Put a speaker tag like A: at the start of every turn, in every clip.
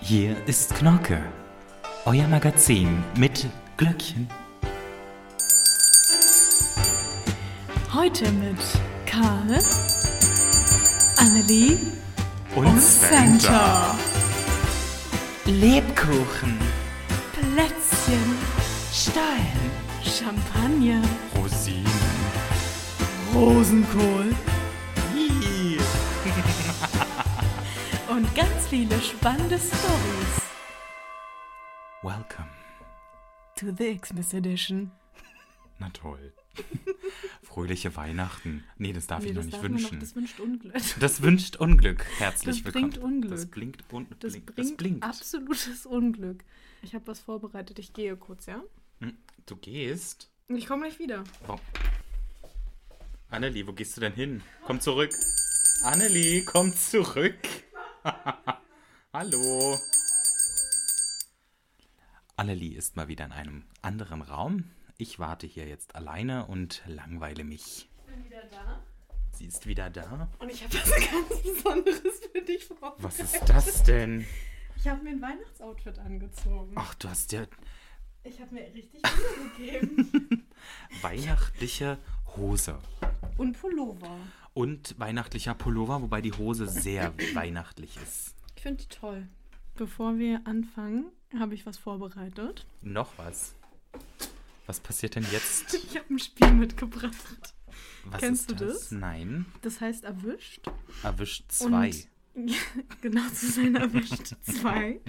A: Hier ist Knorke, euer Magazin mit Glöckchen.
B: Heute mit Karl, Annelie
A: Und,
B: und Santa.
A: Lebkuchen,
B: Plätzchen,
A: Stein,
B: Champagner,
A: Rosinen.
B: Rosenkohl
A: Ih.
B: und ganz viele spannende Stories.
A: Welcome.
B: To the Xmas Edition.
A: Na toll. Fröhliche Weihnachten. Nee, das darf
B: Nee,
A: ich noch
B: das
A: nicht
B: darf man noch-
A: wünschen.
B: Das wünscht Unglück.
A: Das wünscht Unglück. Herzlich
B: Das
A: willkommen.
B: bringt Unglück.
A: Das blinkt un
B: Das
A: blink-
B: bringt
A: das blinkt.
B: absolutes Unglück. Ich habe was vorbereitet. Ich gehe kurz, ja?
A: Hm, Du gehst.
B: Ich komme gleich wieder.
A: Wow. Oh. Annelie, wo gehst du denn hin? Komm zurück. Annelie, komm zurück. Hallo. Annelie ist mal wieder in einem anderen Raum. Ich warte hier jetzt alleine und langweile mich.
B: bin wieder da.
A: Sie ist wieder da.
B: Und ich habe was ganz Besonderes für dich vorbereitet.
A: Was ist das denn?
B: Ich habe mir ein Weihnachtsoutfit angezogen.
A: Ach, du hast dir
B: Ich habe mir richtig Mühe gegeben.
A: weihnachtliche Hose
B: Und Pullover.
A: und weihnachtlicher Pullover, wobei die Hose sehr weihnachtlich ist.
B: Ich finde die toll. Bevor wir anfangen, habe ich was vorbereitet.
A: Noch was. Was passiert denn jetzt?
B: Ich habe ein Spiel mitgebracht.
A: Was
B: Kennst
A: ist
B: du
A: das?
B: das?
A: Nein.
B: Das heißt Erwischt.
A: Erwischt zwei.
B: Und, genau zu sein Erwischt zwei.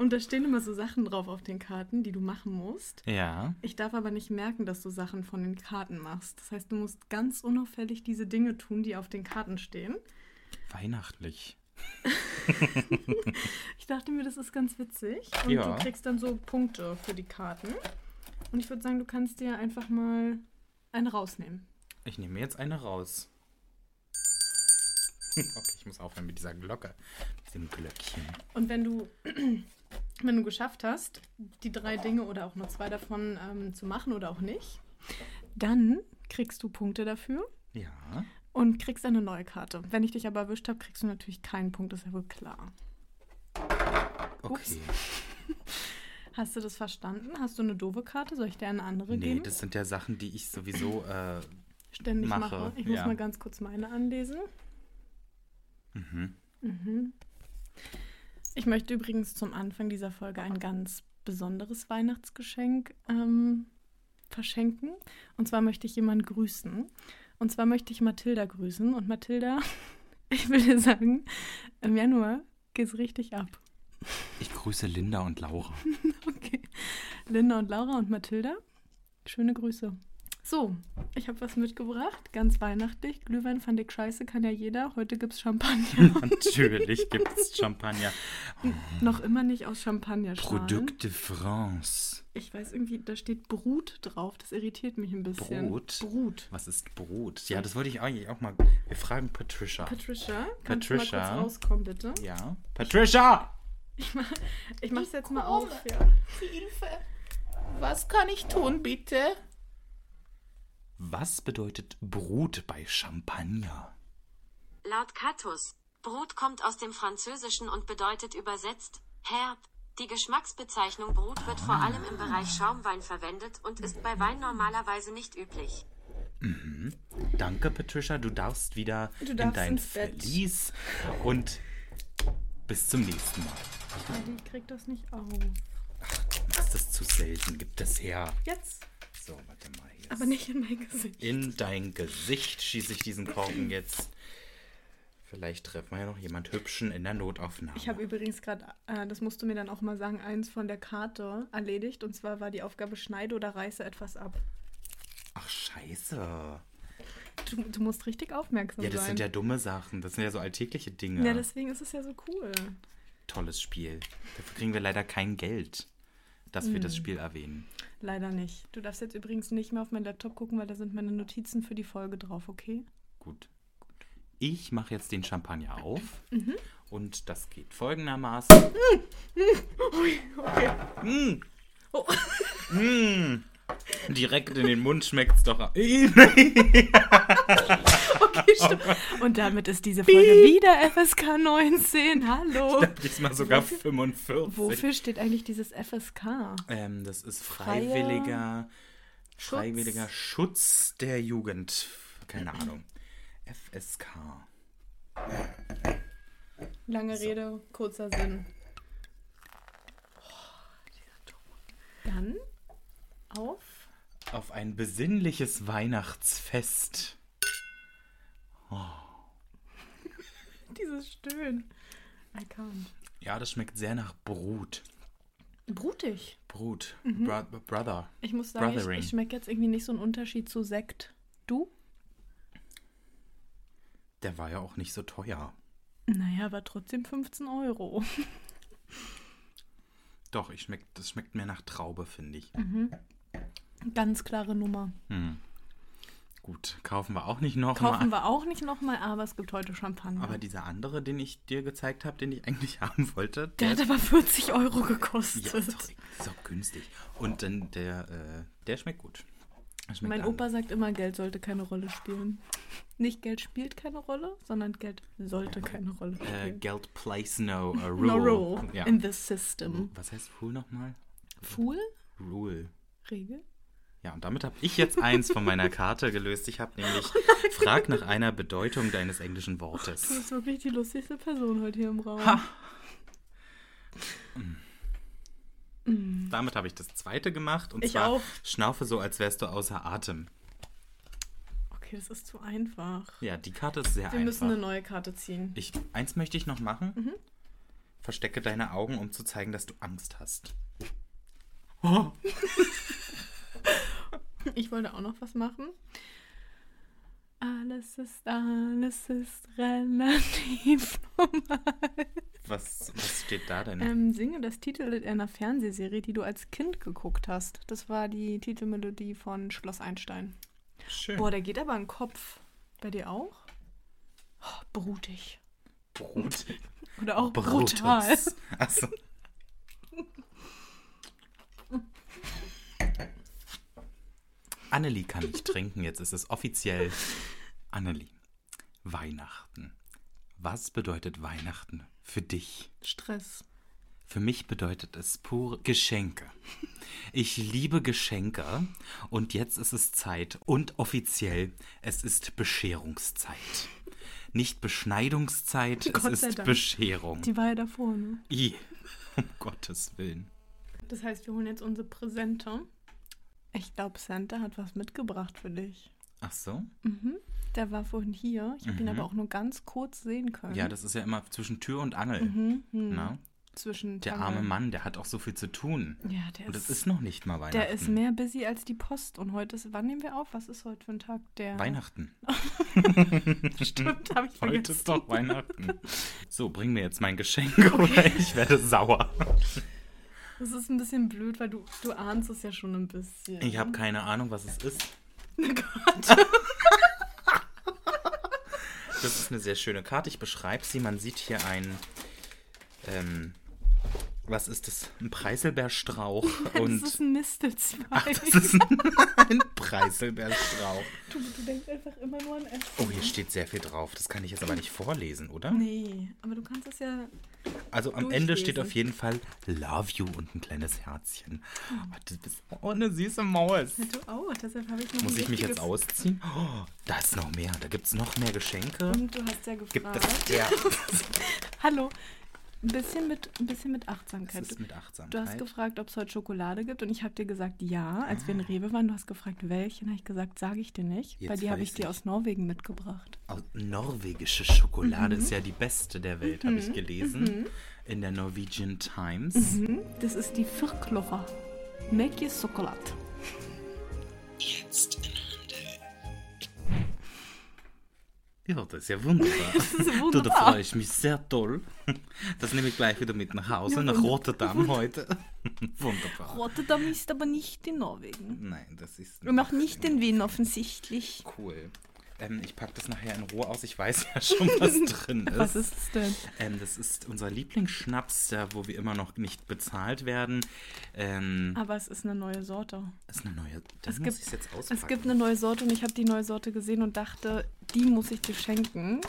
B: Und da stehen immer so Sachen drauf auf den Karten, die du machen musst.
A: Ja.
B: Ich darf aber nicht merken, dass du Sachen von den Karten machst. Das heißt, du musst ganz unauffällig diese Dinge tun, die auf den Karten stehen.
A: Weihnachtlich.
B: Ich dachte mir, das ist ganz witzig. Und
A: Ja.
B: du kriegst dann so Punkte für die Karten. Und ich würde sagen, du kannst dir einfach mal eine rausnehmen.
A: Ich nehme mir jetzt eine raus. Okay, ich muss aufhören mit dieser Glocke. Mit dem Glöckchen.
B: Und wenn du, wenn du geschafft hast, die drei Dinge oder auch nur zwei davon ähm, zu machen oder auch nicht, dann kriegst du Punkte dafür
A: Ja.
B: und kriegst eine neue Karte. Wenn ich dich aber erwischt habe, kriegst du natürlich keinen Punkt, ist ja wohl klar.
A: Okay.
B: Hast du das verstanden? Hast du eine doofe Karte? Soll ich dir eine andere
A: Nee,
B: geben?
A: das sind ja Sachen, die ich sowieso. Äh,
B: ständig mache.
A: mache,
B: Ich muss
A: ja.
B: mal ganz kurz meine anlesen.
A: mhm.
B: Mhm. Ich möchte übrigens zum Anfang dieser Folge ein ganz besonderes Weihnachtsgeschenk ähm, verschenken. Und zwar möchte ich jemanden grüßen. Und zwar möchte ich Mathilda grüßen. Und Mathilda, ich will dir sagen, im Januar geht's richtig ab.
A: Ich grüße Linda und Laura.
B: Okay. Linda und Laura und Mathilda, schöne Grüße. So, ich habe was mitgebracht, ganz weihnachtlich. Glühwein fand ich scheiße, kann ja jeder. Heute gibt's Champagner.
A: Natürlich gibt es Champagner.
B: Noch immer nicht aus Champagner
A: Produkt de France.
B: Ich weiß irgendwie, da steht Brut drauf. Das irritiert mich ein bisschen.
A: Brut?
B: Brut.
A: Was ist Brot? Ja, das wollte ich eigentlich auch mal. Wir fragen Patricia.
B: Patricia, kannst du mal
A: Patricia?
B: kurz rauskommen, bitte?
A: Ja. Patricia!
B: Ich mach's jetzt mal auf. Ja.
C: Hilfe! Was kann ich tun, bitte?
A: Was bedeutet Brot bei Champagner?
D: Laut Catus, Brot kommt aus dem Französischen und bedeutet übersetzt herb. Die Geschmacksbezeichnung Brot wird vor allem im Bereich Schaumwein verwendet und ist bei Wein normalerweise nicht üblich.
A: Danke, Patricia. Du darfst wieder
B: Du
A: in
B: darfst
A: dein
B: ins Bett.
A: Verlies. Und bis zum nächsten Mal.
B: Ah, Die kriegt das nicht auf.
A: Ist das zu selten? Gib das her.
B: Jetzt,
A: So, warte mal. Jetzt.
B: aber nicht in mein Gesicht.
A: In dein Gesicht schieße ich diesen Korken jetzt. Vielleicht treffen wir ja noch jemand Hübschen in der Notaufnahme.
B: Ich habe übrigens gerade, äh, das musst du mir dann auch mal sagen, eins von der Karte erledigt. Und zwar war die Aufgabe, schneide oder reiße etwas ab.
A: Ach, scheiße.
B: Du, du musst richtig aufmerksam
A: Ja, das
B: sein.
A: sind ja dumme Sachen. Das sind ja so alltägliche Dinge.
B: ja, deswegen ist es ja so cool.
A: Tolles Spiel. Dafür kriegen wir leider kein Geld, dass wir
B: Hm.
A: das Spiel erwähnen.
B: Leider nicht. Du darfst jetzt übrigens nicht mehr auf meinen Laptop gucken, weil da sind meine Notizen für die Folge drauf, okay?
A: Gut. Ich mache jetzt den Champagner auf.
B: Mhm.
A: Und das geht folgendermaßen. Mm.
B: Oh.
A: Mm. Direkt in den Mund schmeckt's doch. Ih, nee.
B: Okay, stimmt. Und damit ist diese Folge wieder FSK 19. Hallo.
A: Diesmal sogar 45.
B: Wofür steht eigentlich dieses FSK?
A: Ähm, das ist
B: Freier
A: freiwilliger
B: Schutz.
A: freiwilliger Schutz der Jugend. Keine Ahnung. FSK.
B: Lange Rede, kurzer Sinn. Oh, Dann auf.
A: Auf ein besinnliches Weihnachtsfest.
B: Dieses Stöhnen. I can't.
A: Ja, das schmeckt sehr nach Brut.
B: Brutig.
A: Brut.
B: Mhm.
A: Bro Brother.
B: Ich muss sagen, ich,
A: Brothering.
B: ich schmecke jetzt irgendwie nicht so einen Unterschied zu Sekt. Du?
A: Der war ja auch nicht so teuer.
B: Naja, aber trotzdem 15 Euro.
A: Doch, ich schmeck, das schmeckt mehr nach Traube, finde ich.
B: Mhm. Ganz klare Nummer.
A: Gut, kaufen wir auch nicht noch
B: Kaufen
A: mal.
B: wir auch nicht nochmal, aber es gibt heute Champagner.
A: Aber dieser andere, den ich dir gezeigt habe, den ich eigentlich haben wollte,
B: der hat aber 40 Euro gekostet.
A: ja, ist, doch, ist doch günstig. Und dann der, äh, der schmeckt gut. Der Schmeckt
B: mein
A: an-
B: Opa sagt immer, Geld sollte keine Rolle spielen. Nicht Geld spielt keine Rolle, sondern Geld sollte keine Rolle
A: Äh,
B: spielen.
A: Geld plays no a rule.
B: no rule
A: Ja.
B: in this system.
A: Was heißt Rule nochmal?
B: Fool?
A: Rule.
B: Regel?
A: Ja, und damit habe ich jetzt eins von meiner Karte gelöst. Ich habe
B: Oh
A: nämlich Frag nach einer Bedeutung deines englischen
B: Du
A: Wortes.
B: bist wirklich die lustigste Person heute hier im Raum.
A: Damit habe ich das zweite gemacht und
B: Ich
A: zwar
B: auch.
A: Schnaufe so, als wärst du außer Atem.
B: Okay, das ist zu einfach.
A: Ja, die Karte ist sehr
B: Wir
A: einfach.
B: müssen eine Mhm. neue Karte ziehen.
A: Ich, eins möchte ich noch machen. Verstecke deine Augen, um zu zeigen, dass du Angst hast. Oh,
B: Ich wollte auch noch was machen. Alles ist, alles ist relativ normal.
A: was, was steht da denn?
B: Ähm, singe das Titellied einer Fernsehserie, die du als Kind geguckt hast. Das war die Titelmelodie von Schloss Einstein.
A: Schön.
B: Boah, da geht aber ein Kopf. Bei dir auch? Oh, brutig.
A: Brut.
B: Oder auch oh, brutal.
A: Achso. Annelie kann nicht trinken, jetzt ist es offiziell. Annelie, Weihnachten. Was bedeutet Weihnachten für dich?
B: Stress.
A: Für mich bedeutet es pure Geschenke. Ich liebe Geschenke und jetzt ist es Zeit und offiziell, es ist Bescherungszeit. Nicht Beschneidungszeit,
B: Gott
A: es
B: sei
A: ist
B: Dank.
A: Bescherung.
B: Die war ja davor, ne?
A: I, um Gottes Willen.
B: Das heißt, wir holen jetzt unsere Präsente. Ich glaube, Santa hat was mitgebracht für dich.
A: Ach so?
B: Der war vorhin hier. Ich habe ihn aber auch nur ganz kurz sehen können.
A: Mhm. Ja, das ist ja immer zwischen Tür und Angel.
B: Mhm.
A: Na?
B: zwischen
A: Der arme Mann, der hat auch so viel zu tun.
B: Ja, der
A: Und
B: ist,
A: es ist noch nicht mal Weihnachten.
B: der ist mehr busy als die Post. Und heute ist, wann nehmen wir auf? Was ist heute für ein Tag? Der
A: Weihnachten.
B: Stimmt, habe ich
A: Heute
B: vergessen.
A: ist doch Weihnachten. So, bring mir jetzt mein Geschenk oder ich werde sauer.
B: Das ist ein bisschen blöd, weil du, du ahnst es ja schon ein bisschen.
A: Ich habe keine Ahnung, was es ist.
B: eine Karte.
A: Das ist eine sehr schöne Karte. Ich beschreibe sie. Man sieht hier ein. Ähm, was ist das? Ein Preiselbeerstrauch. Und
B: Das ist ein Mistelzweig.
A: ach, das ist ein, ein Preiselbeerstrauch.
B: du, du denkst einfach immer nur an Essen.
A: Oh, hier steht sehr viel drauf. Das kann ich jetzt aber nicht vorlesen, oder?
B: Nee, aber du kannst es ja.
A: Also am Ende
B: durchlesen.
A: steht auf jeden Fall Love You und ein kleines Herzchen.
B: Hm.
A: Oh, das ist oh, eine süße Maus.
B: Du auch, deshalb habe ich noch
A: Muss
B: ein
A: ich mich jetzt
B: richtiges-
A: ausziehen? Oh, da ist noch mehr. Da gibt es noch mehr Geschenke.
B: Und du hast ja
A: Gibt
B: gefragt.
A: es ja.
B: Hallo. Ein bisschen mit, ein bisschen mit Achtsamkeit.
A: Das ist mit
B: Du hast
A: Achtsamkeit.
B: gefragt, ob es heute Schokolade gibt und ich habe dir gesagt, ja. Als wir in Rewe waren, du hast gefragt, welche. Und habe ich gesagt, sage ich dir nicht. Bei
A: Ah. Jetzt
B: dir habe
A: weiß
B: ich dir
A: ich.
B: aus Norwegen mitgebracht.
A: Aus- Norwegische Schokolade
B: Mhm.
A: ist ja die beste der Welt, habe ich gelesen. In der Norwegian Times.
B: Das ist die Firklocher. Mäkje Schokolade.
A: Ja, das ist ja wunderbar. Du, da freue ich mich sehr toll. Das nehme ich gleich wieder mit nach Hause, nach Rotterdam heute. Wunderbar.
B: Rotterdam ist aber nicht in Norwegen.
A: Nein, das ist
B: Und auch nicht in Wien offensichtlich.
A: cool. Ähm, ich packe das nachher in Ruhe aus. Ich weiß ja schon, was drin ist.
B: Was ist es denn?
A: Ähm, das ist unser Lieblingsschnaps, da wo wir immer noch nicht bezahlt werden. Ähm,
B: Aber es ist eine neue Sorte.
A: ist eine neue. Das
B: Es
A: muss
B: gibt-
A: ich jetzt auspacken.
B: Es gibt eine neue Sorte und ich habe die neue Sorte gesehen und dachte, die muss ich dir schenken.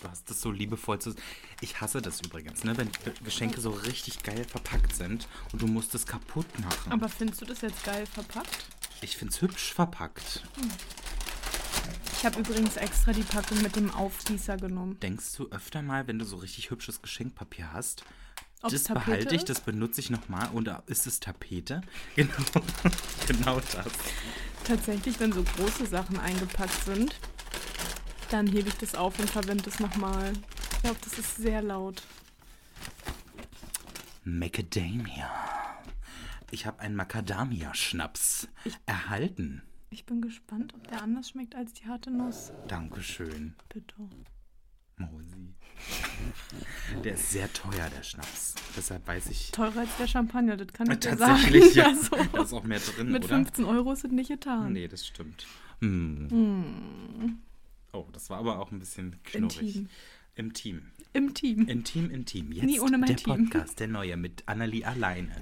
A: Du hast das so liebevoll zu. Ich hasse das übrigens, ne? Wenn Be- Geschenke so richtig geil verpackt sind und du musst es kaputt machen.
B: Aber findest du das jetzt geil verpackt?
A: ich find's hübsch verpackt.
B: Ich habe übrigens extra die Packung mit dem Aufgießer genommen.
A: Denkst du öfter mal, wenn du so richtig hübsches Geschenkpapier hast,
B: Ob's
A: das
B: Tapete
A: behalte ich,
B: ist?
A: das benutze ich nochmal oder ist es Tapete? Genau, genau das.
B: Tatsächlich, wenn so große Sachen eingepackt sind, dann hebe ich das auf und verwende es nochmal. Ich glaube, das ist sehr laut.
A: Macadamia. Ich habe einen Macadamia-Schnaps erhalten.
B: Ich bin gespannt, ob der anders schmeckt als die harte Nuss.
A: Dankeschön,
B: Bitte.
A: Mosi. Der ist sehr teuer, der Schnaps. Deshalb weiß ich
B: Teurer als der Champagner, das kann ich dir sagen.
A: tatsächlich, ja,
B: Also,
A: da ist auch mehr drin,
B: mit
A: oder?
B: 15 Euro ist es nicht getan.
A: Nee, das stimmt. Hm. Oh, das war aber auch ein bisschen knurrig.
B: Hm. Intim.
A: Im Team.
B: Im Team.
A: Intim, intim. Jetzt
B: Nie ohne mein
A: der
B: Team.
A: Podcast, der neue mit Annelie alleine.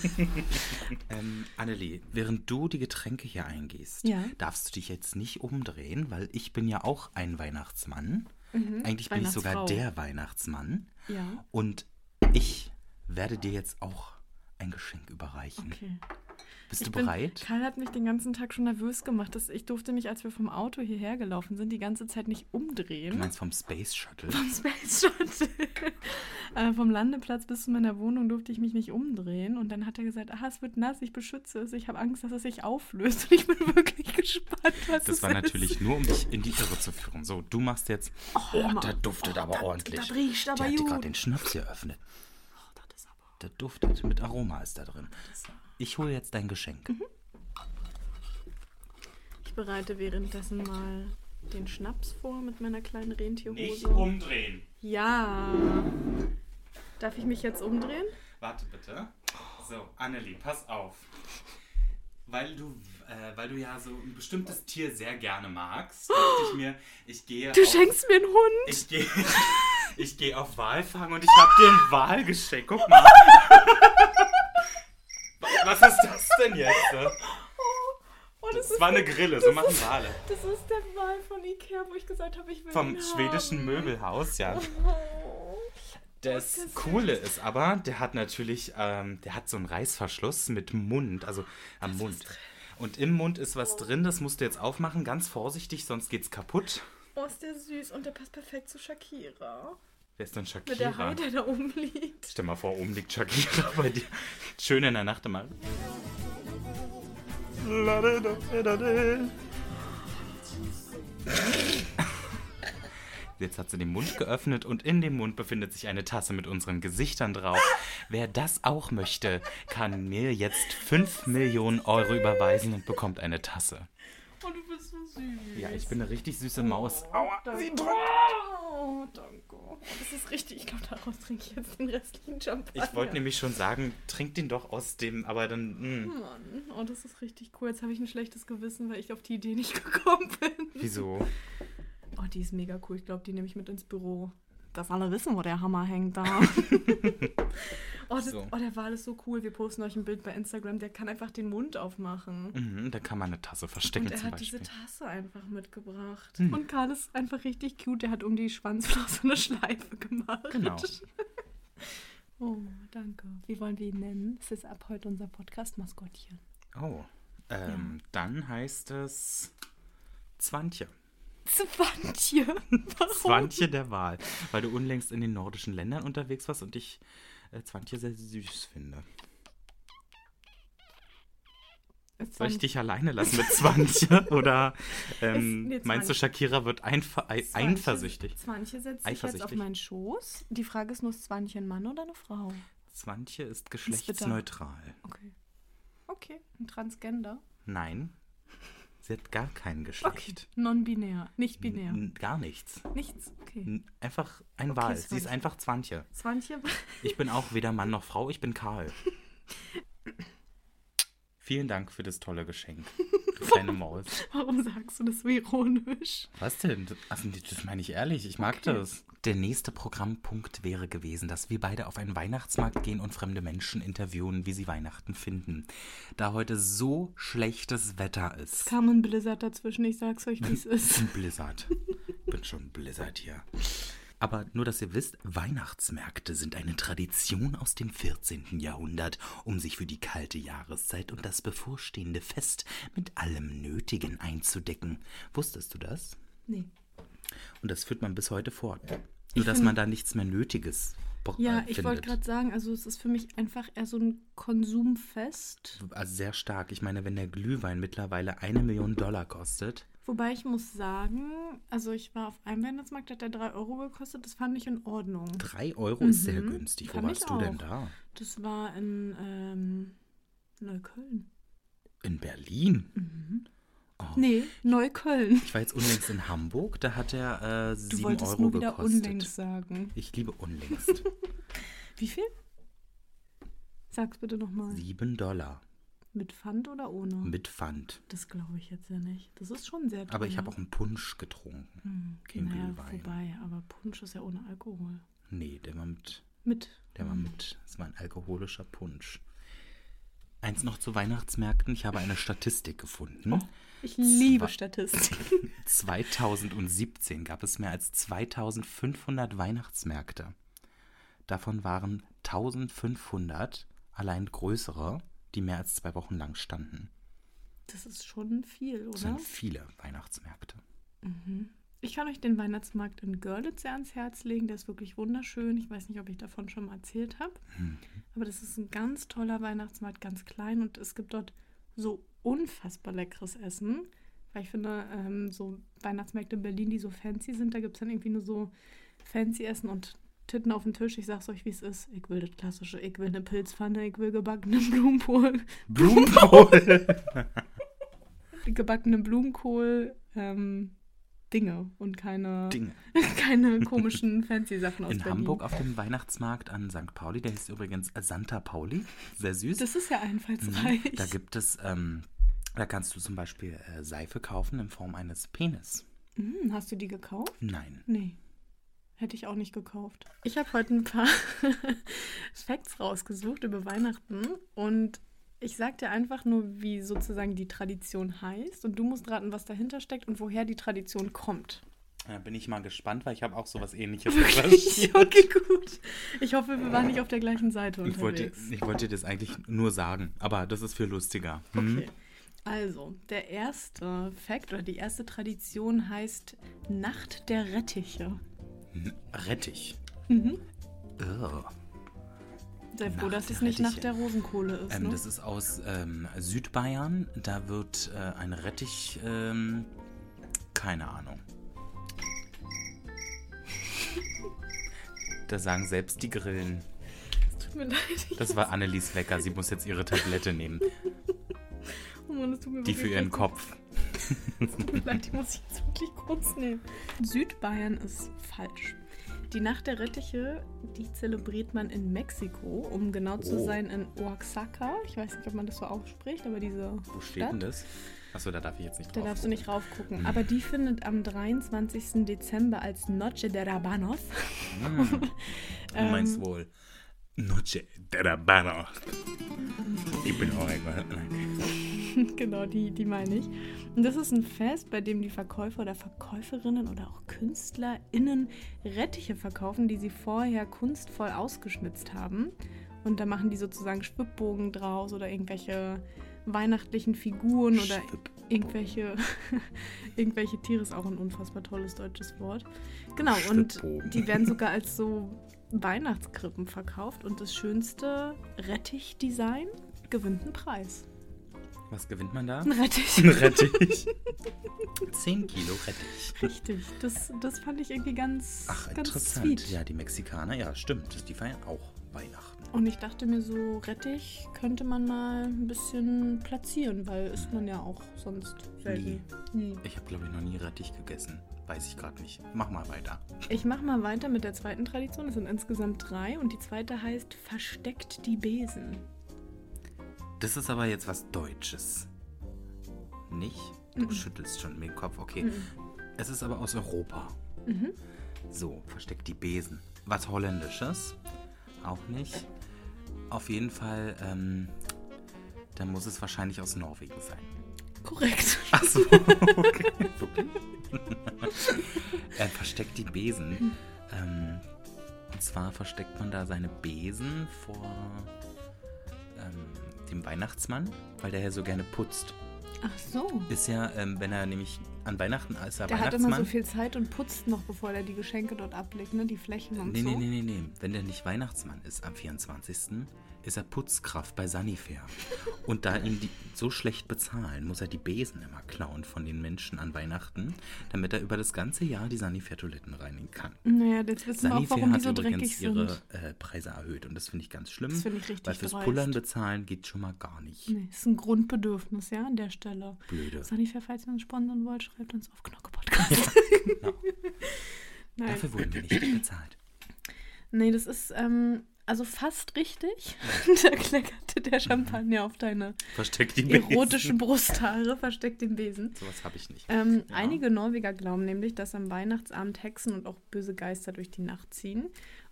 A: ähm, Annelie, während du die Getränke hier eingehst,
B: Ja.
A: darfst du dich jetzt nicht umdrehen, weil ich bin ja auch ein Weihnachtsmann. Eigentlich bin ich sogar
B: Mhm, Weihnachtsfrau.
A: der Weihnachtsmann.
B: Ja.
A: Und ich werde dir jetzt auch ein Geschenk überreichen.
B: Okay.
A: Bist
B: Ich
A: du
B: bin-
A: bereit?
B: Karl hat mich den ganzen Tag schon nervös gemacht. Dass ich durfte mich, als wir vom Auto hierher gelaufen sind, die ganze Zeit nicht
A: Du
B: umdrehen.
A: meinst vom Space Shuttle?
B: Vom Space Shuttle. äh, vom Landeplatz bis zu meiner Wohnung durfte ich mich nicht umdrehen. Und dann hat er gesagt, ah, es wird nass, ich beschütze es. Ich habe Angst, dass es sich auflöst. Und ich bin wirklich gespannt, was es
A: Das war
B: ist.
A: natürlich nur, um dich in die Irre zu führen. So, du machst jetzt. Oh, der duftet aber ordentlich.
B: das riecht aber
A: Der hat dir
B: gut.
A: gerade den Schnaps geöffnet. Der duftet. Mit Aroma ist da drin. Ich hole jetzt dein Geschenk.
B: Ich bereite währenddessen mal den Schnaps vor mit meiner kleinen Rentierhose.
A: um- umdrehen.
B: Ja. Darf ich mich jetzt umdrehen?
A: Warte bitte. So, Annelie, pass auf. Weil du, äh, weil du ja so ein bestimmtes Tier sehr gerne magst, dachte ich mir, ich gehe.
B: Du
A: auf-
B: schenkst mir einen Hund.
A: Ich gehe ich geh auf Walfang und ich habe dir einen Wal geschenkt. Guck mal. Was ist das denn jetzt?
B: Oh, das,
A: Das war eine Grille, so machen Wale.
B: Das ist der Wahl von Ikea, wo ich gesagt habe, ich will Oh,
A: Vom
B: ihn
A: schwedischen Möbelhaus, ja.
B: haben.
A: Das Coole ist aber, der hat natürlich, ähm, der hat so einen Reißverschluss mit Mund, also am Mund. Und im Mund ist was drin, das musst du jetzt aufmachen, ganz vorsichtig, sonst geht's kaputt.
B: Oh, ist der süß und der passt perfekt zu Shakira.
A: Wer ist denn
B: Mit der
A: Shakira?
B: Hai, der da oben liegt.
A: Stell mal vor, oben liegt Shakira bei dir. Schön in der Nacht immer. Jetzt hat sie den Mund geöffnet und in dem Mund befindet sich eine Tasse mit unseren Gesichtern drauf. Wer das auch möchte, kann mir jetzt 5 Millionen Euro überweisen und bekommt eine Tasse.
B: Und Oh, du bist so süß.
A: Ja, ich bin eine richtig süße Maus. Aua, sie drückt.
B: Oh, danke. Das ist richtig. Ich glaube, daraus trinke ich jetzt den restlichen Champagner.
A: Ich wollte nämlich schon sagen, trink den doch aus dem, aber dann, hm, mh,
B: Mann, oh, das ist richtig cool. Jetzt habe ich ein schlechtes Gewissen, weil ich auf die Idee nicht gekommen bin.
A: wieso?
B: Oh, die ist mega cool. Ich glaube, die nehme ich mit ins Büro. Dass alle wissen, wo der Hammer hängt da. oh, das,
A: So.
B: oh, der Wal ist so cool. Wir posten euch ein Bild bei Instagram. Der kann einfach den Mund aufmachen.
A: Mhm, da kann man eine Tasse verstecken
B: Und er
A: zum
B: hat diese
A: Beispiel. Hm.
B: Tasse einfach mitgebracht. Und Karl ist einfach richtig cute. Der hat um die Schwanzflosse eine Schleife gemacht.
A: Genau.
B: Oh, danke. Wie wollen wir ihn nennen? Es ist ab heute unser Podcast-Maskottchen.
A: Oh. Ähm, Dann heißt es Zwantje.
B: Zwantje. Warum?
A: Zwantje der Wahl. Weil du unlängst in den nordischen Ländern unterwegs warst und ich äh, Zwantje sehr süß finde.
B: Es
A: Soll
B: war
A: ich
B: ein
A: dich alleine lassen mit Zwantje? Oder ähm,
B: Es- nee,
A: meinst du, Shakira wird einver ei-
B: Zwanche-
A: eifersüchtig?
B: Zwanche setzt sich jetzt auf
A: Eifersüchtig.
B: meinen Schoß. Die Frage ist nur, ist Zwanche ein Mann oder eine Frau?
A: Zwantje ist
B: bitter.
A: geschlechtsneutral.
B: Okay. Okay, ein Transgender.
A: Nein. Sie hat gar kein Geschlecht.
B: Non-binär, nicht binär.
A: N- Gar nichts.
B: Nichts. Okay.
A: N- Einfach ein Wahl. Sie ist
B: Zwantje.
A: einfach Zwantje.
B: Zwanche.
A: Ich bin auch weder Mann noch Frau, ich bin Karl. Vielen Dank für das tolle Geschenk. Kleine Maus.
B: Warum sagst du das so ironisch?
A: Was denn? Ach, nee, das meine ich ehrlich. Ich mag das. Der nächste Programmpunkt wäre gewesen, dass wir beide auf einen Weihnachtsmarkt gehen und fremde Menschen interviewen, wie sie Weihnachten finden. Da heute so schlechtes Wetter ist.
B: Kam ein Blizzard dazwischen, ich sag's euch, wie es ist.
A: Ein Blizzard. Bin schon Blizzard hier. Aber nur, dass ihr wisst, Weihnachtsmärkte sind eine Tradition aus dem 14. Jahrhundert, um sich für die kalte Jahreszeit und das bevorstehende Fest mit allem Nötigen einzudecken. Wusstest du das?
B: Nee.
A: Und das führt man bis heute fort. Nur, dass man da nichts mehr Nötiges br-
B: Ja,
A: äh,
B: ich wollte gerade sagen, also es ist für mich einfach eher so ein Konsumfest.
A: Also sehr stark. Ich meine, wenn der Glühwein mittlerweile eine Million Dollar kostet,
B: Wobei ich muss sagen, also ich war auf einem Weihnachtsmarkt, der hat der 3 Euro gekostet, das fand ich in Ordnung.
A: drei Euro ist sehr günstig. Wo
B: Mhm. fand ich
A: warst du denn
B: auch.
A: da?
B: Das war in ähm, Neukölln.
A: In Berlin? Ah.
B: Nee, Neukölln.
A: Ich war jetzt unlängst in Hamburg, da hat er äh,
B: Du
A: sieben
B: wolltest
A: Euro
B: nur wieder
A: gekostet.
B: unlängst sagen.
A: Ich liebe unlängst.
B: Wie viel? Sag's bitte nochmal.
A: Sieben Dollar
B: Mit Pfand oder ohne?
A: mit Pfand.
B: Das glaube ich jetzt ja nicht. Das ist schon sehr teuer.
A: Aber ich habe auch einen Punsch getrunken.
B: Mhm,
A: keinen
B: naja,
A: Glühwein.
B: Vorbei, aber Punsch ist ja ohne Alkohol.
A: Nee, der war mit.
B: Mit.
A: Der war mit. Das war ein alkoholischer Punsch. Eins noch zu Weihnachtsmärkten. Ich habe eine Statistik gefunden.
B: Oh. Ich liebe
A: Zwei-
B: Statistik.
A: 2017 gab es mehr als 2500 Weihnachtsmärkte. Davon waren 1500 allein größere, die mehr als zwei Wochen lang standen.
B: Das ist schon viel,
A: Das
B: oder?
A: sind viele Weihnachtsmärkte.
B: Ich kann euch den Weihnachtsmarkt in Görlitz sehr ans Herz legen. Der ist wirklich wunderschön. Ich weiß nicht, ob ich davon schon mal erzählt habe. Aber das ist ein ganz toller Weihnachtsmarkt, ganz klein. Und es gibt dort so unfassbar leckeres Essen. Weil ich finde, ähm, so Weihnachtsmärkte in Berlin, die so fancy sind, da gibt es dann irgendwie nur so fancy Essen und Titten auf den Tisch. Ich sag's euch, wie es ist. Ich will das Klassische. Ich will eine Pilzpfanne, ich will gebackenen Blumenkohl,
A: Blumenkohl!
B: gebackenen Blumenkohl, ähm, Dinge und keine...
A: Dinge.
B: keine komischen fancy Sachen aus
A: In
B: Berlin.
A: Hamburg auf dem Weihnachtsmarkt an St. Pauli, der hieß übrigens Santa Pauli, sehr süß.
B: Das ist ja einfallsreich.
A: Mhm, da gibt es, ähm, da kannst du zum Beispiel äh, Seife kaufen in Form eines Penis.
B: Hm, hast du die gekauft?
A: Nein.
B: Nee. Hätte ich auch nicht gekauft. Ich habe heute ein paar Facts rausgesucht über Weihnachten und ich sag dir einfach nur, wie sozusagen die Tradition heißt und du musst raten, was dahinter steckt und woher die Tradition kommt.
A: Da bin ich mal gespannt, weil ich habe auch sowas ähnliches
B: Wirklich? Okay, gut. Ich hoffe, wir waren nicht auf der gleichen Seite
A: Ich wollte,
B: unterwegs.
A: ich wollte dir das eigentlich nur sagen, aber das ist viel lustiger. Hm?
B: Okay. Also, der erste Fact oder die erste Tradition heißt Nacht der Rettiche.
A: Rettich.
B: Mhm.
A: Ugh.
B: Sei froh,
A: Nacht
B: dass es
A: der
B: nicht Nacht
A: Rettiche.
B: der Rosenkohle ist,
A: Ähm,
B: ne?
A: das ist aus ähm, Südbayern. Da wird äh, ein Rettich. Ähm, keine Ahnung. Da sagen selbst die Grillen.
B: Es tut mir leid. Ich,
A: Das war Annelies Wecker. Sie muss jetzt ihre Tablette nehmen.
B: oh Mann, es tut mir
A: Die
B: wirklich
A: für ihren
B: leid.
A: Kopf.
B: Es tut mir leid, die muss ich jetzt wirklich kurz nehmen. Südbayern ist falsch. Die Nacht der Rettiche, die zelebriert man in Mexiko, um genau zu
A: Oh.
B: sein in Oaxaca. Ich weiß nicht, ob man das so ausspricht, aber diese
A: Wo steht
B: Stadt.
A: denn das? Hm. Achso, da darf ich jetzt nicht
B: Da
A: drauf.
B: darfst du nicht raufgucken. Aber die findet am 23. Dezember als Noche de Rabanos.
A: Du meinst
B: Ähm.
A: wohl. Noche de Rabano. Ich bin auch Nein.
B: genau, die, die meine ich. Und das ist ein Fest, bei dem die Verkäufer oder Verkäuferinnen oder auch KünstlerInnen Rettiche verkaufen, die sie vorher kunstvoll ausgeschnitzt haben. Und da machen die sozusagen Schwibbogen draus oder irgendwelche weihnachtlichen Figuren oder irgendwelche, irgendwelche Tiere ist auch ein unfassbar tolles deutsches Wort. Genau, und
A: Schwibbogen.
B: die werden sogar als so Weihnachtskrippen verkauft und das schönste Rettich-Design gewinnt einen Preis.
A: Was gewinnt man da?
B: Ein Rettich.
A: Ein Rettich. 10 Kilo Rettich.
B: Richtig, das, das fand ich irgendwie ganz,
A: Ach,
B: ganz
A: interessant.
B: sweet.
A: Ja, die Mexikaner, ja, stimmt. das- Die feiern auch Weihnachten.
B: Und ich dachte mir so, Rettich könnte man mal ein bisschen platzieren, weil isst man ja auch sonst selten. Nie.
A: Ich habe, glaube ich, noch nie Rettich gegessen. Weiß ich gerade nicht. Mach mal weiter.
B: Ich mache mal weiter mit der zweiten Tradition. Es sind insgesamt drei und die zweite heißt Versteckt die Besen.
A: Das ist aber jetzt was Deutsches. Nicht? Du schüttelst schon mit dem Kopf. Okay. Es ist aber aus Europa. So, versteckt die Besen. Was Holländisches? Auch nicht. Auf jeden Fall, ähm, dann muss es wahrscheinlich aus Norwegen sein.
B: Korrekt.
A: Ach so, okay. Wirklich? er versteckt die Besen. Ähm, und zwar versteckt man da seine Besen vor ähm, dem Weihnachtsmann, weil der ja so gerne putzt.
B: Ach so.
A: Ist ja, ähm, wenn er nämlich an Weihnachten als
B: Der hat
A: Weihnachtsmann.
B: immer so viel Zeit und putzt noch, bevor er die Geschenke dort ablegt, ne? Die Flächen und
A: nee,
B: so.
A: nee, nee, nee, nee. Wenn der nicht Weihnachtsmann ist am 24. ist er Putzkraft bei Sanifair. Und da ihn die so schlecht bezahlen, muss er die Besen immer klauen von den Menschen an Weihnachten, damit er über das ganze Jahr die Sanifair-Toiletten reinigen kann.
B: Naja, jetzt wissen wir auch,
A: Sanifair
B: warum die
A: hat
B: so dreckig
A: übrigens ihre
B: sind.
A: äh, Preise erhöht und das finde ich ganz schlimm.
B: Das finde ich richtig
A: Weil fürs
B: dreist.
A: Pullern bezahlen geht schon mal gar nicht.
B: Nee, ist ein Grundbedürfnis, ja, an der Stelle.
A: Blöde.
B: Sanifair, falls ihr uns sponsern wollt, schreibt uns auf Knocke-Podcast. Nein.
A: genau. Dafür wurden wir nicht bezahlt.
B: Nee, das ist ähm, also fast richtig. da kleckerte der Champagner auf deine
A: Versteckt die Besen.
B: erotischen Brusthaare, versteckt den Besen.
A: Sowas habe ich nicht.
B: Ähm, Einige Norweger glauben nämlich, dass am Weihnachtsabend Hexen und auch böse Geister durch die Nacht ziehen.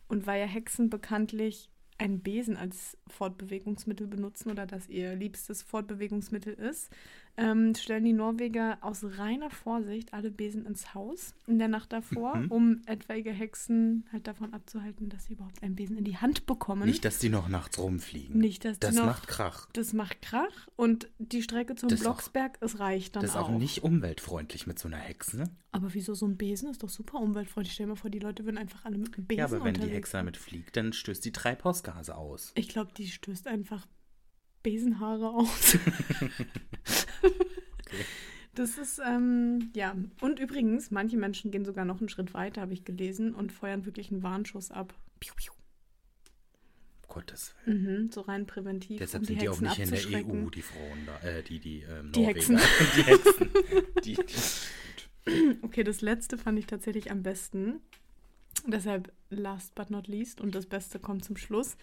B: Und weil ja Hexen bekanntlich einen Besen als Fortbewegungsmittel benutzen oder dass ihr liebstes Fortbewegungsmittel ist, ähm, stellen die Norweger aus reiner Vorsicht alle Besen ins Haus in der Nacht davor,
A: Mhm.
B: um etwaige Hexen halt davon abzuhalten, dass sie überhaupt einen Besen in die Hand bekommen.
A: Nicht, dass die noch nachts rumfliegen.
B: Nicht, dass die
A: das
B: noch-
A: macht Krach.
B: das macht Krach und die Strecke zum
A: Das ist auch-
B: Blocksberg, es reicht dann
A: Das ist auch
B: auch
A: nicht umweltfreundlich mit so einer Hexe. ne?
B: Aber wieso so ein Besen ist doch super umweltfreundlich. Stell dir mal vor, die Leute würden einfach alle mit einem Besen
A: Ja, aber wenn die
B: unterwegs
A: Hexe damit fliegt, dann stößt die Treibhausgase aus.
B: Ich glaube, die stößt einfach Besenhaare aus. Das ist, ähm, ja. Und übrigens, manche Menschen gehen sogar noch einen Schritt weiter, habe ich gelesen, und feuern wirklich einen Warnschuss ab. Piu, piu.
A: Um Gottes Willen.
B: Mhm, so rein präventiv.
A: Deshalb
B: um
A: sind die auch
B: Hexen
A: nicht in der E
B: abzuschrecken.
A: EU, die Frauen da, äh, die, die, ähm,
B: Die
A: Norweger.
B: Hexen.
A: Die Hexen. Die, die,
B: Okay, das letzte fand ich tatsächlich am besten. Deshalb last but not least und das Beste kommt zum Schluss.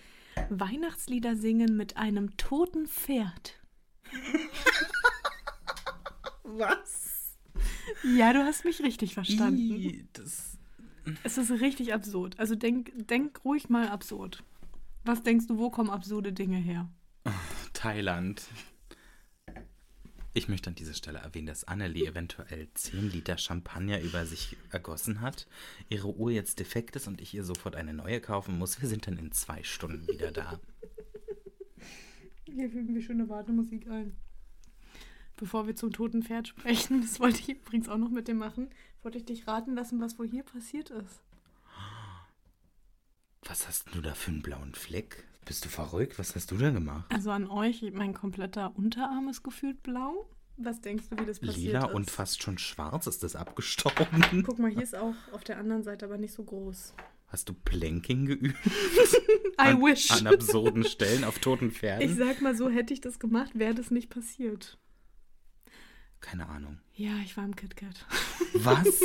B: Weihnachtslieder singen mit einem toten Pferd. Was? Ja, du hast mich richtig verstanden.
A: Ih, das,
B: Es ist richtig absurd. Also denk, denk ruhig mal absurd. Was denkst du, wo kommen absurde Dinge her?
A: Thailand. Ich möchte an dieser Stelle erwähnen, dass Annelie eventuell 10 Liter Champagner über sich ergossen hat, ihre Uhr jetzt defekt ist und ich ihr sofort eine neue kaufen muss. Wir sind dann in zwei Stunden wieder da.
B: Hier fügen wir schöne Wartemusik ein. Bevor wir zum toten Pferd sprechen, das wollte ich übrigens auch noch mit dir machen, wollte ich dich raten lassen, was wohl hier passiert ist.
A: Was hast du da für einen blauen Fleck? Bist du verrückt? Was hast du da gemacht?
B: Also an euch, mein kompletter Unterarm ist gefühlt blau. Was denkst du, wie das passiert
A: Lila
B: ist?
A: und fast schon schwarz ist das abgestorben.
B: Guck mal, hier ist auch auf der anderen Seite aber nicht so groß.
A: Hast du Planking geübt?
B: I
A: an,
B: wish.
A: An absurden Stellen auf toten
B: Ich
A: Pferden?
B: sag mal so, hätte ich das gemacht, wäre das nicht passiert.
A: Keine Ahnung.
B: Ja, ich war im KitKat.
A: Was?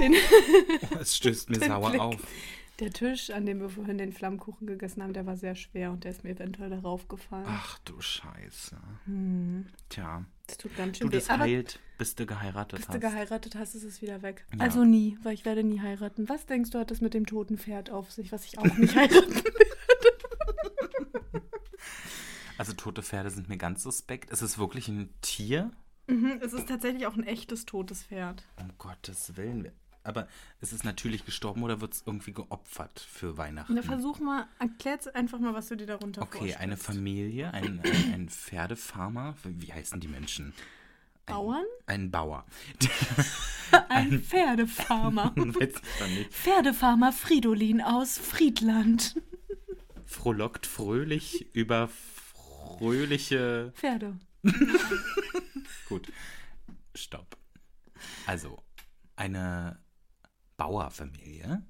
B: Den,
A: Oh, es stößt mir
B: Den
A: sauer
B: Blick.
A: auf.
B: der Tisch, an dem wir vorhin den Flammkuchen gegessen haben, der war sehr schwer und der ist mir eventuell darauf gefallen.
A: Ach du Scheiße. Tja,
B: Das tut ganz
A: du
B: schön
A: das
B: weh. Hm. Aber
A: heilt, bis du geheiratet
B: Bis
A: hast.
B: du geheiratet hast, ist es wieder weg.
A: Ja.
B: Also nie, weil ich werde nie heiraten. Was denkst du, hat das mit dem toten Pferd auf sich, was ich auch nicht heirate?
A: also tote Pferde sind mir ganz suspekt. Ist es wirklich ein Tier?
B: Mhm, es ist tatsächlich auch ein echtes totes Pferd.
A: Um Gottes Willen. Aber ist es natürlich gestorben oder wird es irgendwie geopfert für Weihnachten?
B: Na, versuch mal, erklär jetzt einfach mal, was du dir darunter
A: Hm. Okay,
B: vorstellst.
A: eine Familie, ein, ein, ein Pferdefarmer, wie heißen die Menschen?
B: Bauern?
A: Ein Bauer.
B: Ein Pferdefarmer.
A: Weiß ich doch nicht.
B: Pferdefarmer Fridolin aus Friedland.
A: Frohlockt fröhlich über fröhliche.
B: Pferde.
A: Gut. Stopp. Also, eine Bauerfamilie,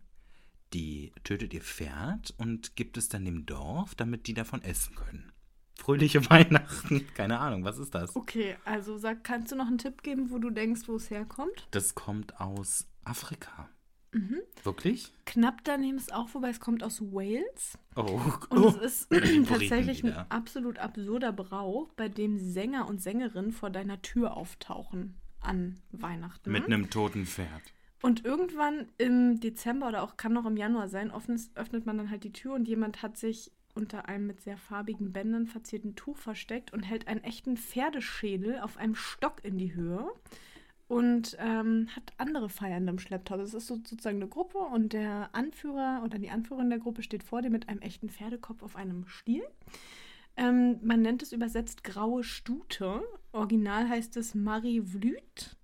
A: die tötet ihr Pferd und gibt es dann dem Dorf, damit die davon essen können. Fröhliche Weihnachten. Keine Ahnung, was ist das?
B: Okay, also sag, kannst du noch einen Tipp geben, wo du denkst, wo es herkommt?
A: Das kommt aus Afrika.
B: Mhm.
A: Wirklich?
B: Knapp daneben ist auch, wobei es kommt aus Wales.
A: Oh.
B: Und
A: oh.
B: es ist
A: Briten
B: tatsächlich ein
A: wieder.
B: absolut absurder Brauch, bei dem Sänger und Sängerin vor deiner Tür auftauchen an Weihnachten. ne?
A: Mit ne- einem toten Pferd.
B: Und irgendwann im Dezember oder auch kann noch im Januar sein, offens- öffnet man dann halt die Tür und jemand hat sich unter einem mit sehr farbigen Bändern verzierten Tuch versteckt und hält einen echten Pferdeschädel auf einem Stock in die Höhe und ähm, hat andere Feiernde im Schlepptau. Das ist so, sozusagen eine Gruppe und der Anführer oder die Anführerin der Gruppe steht vor dir mit einem echten Pferdekopf auf einem Stiel. Ähm, man nennt es übersetzt graue Stute. Original heißt es Marie Vlüt.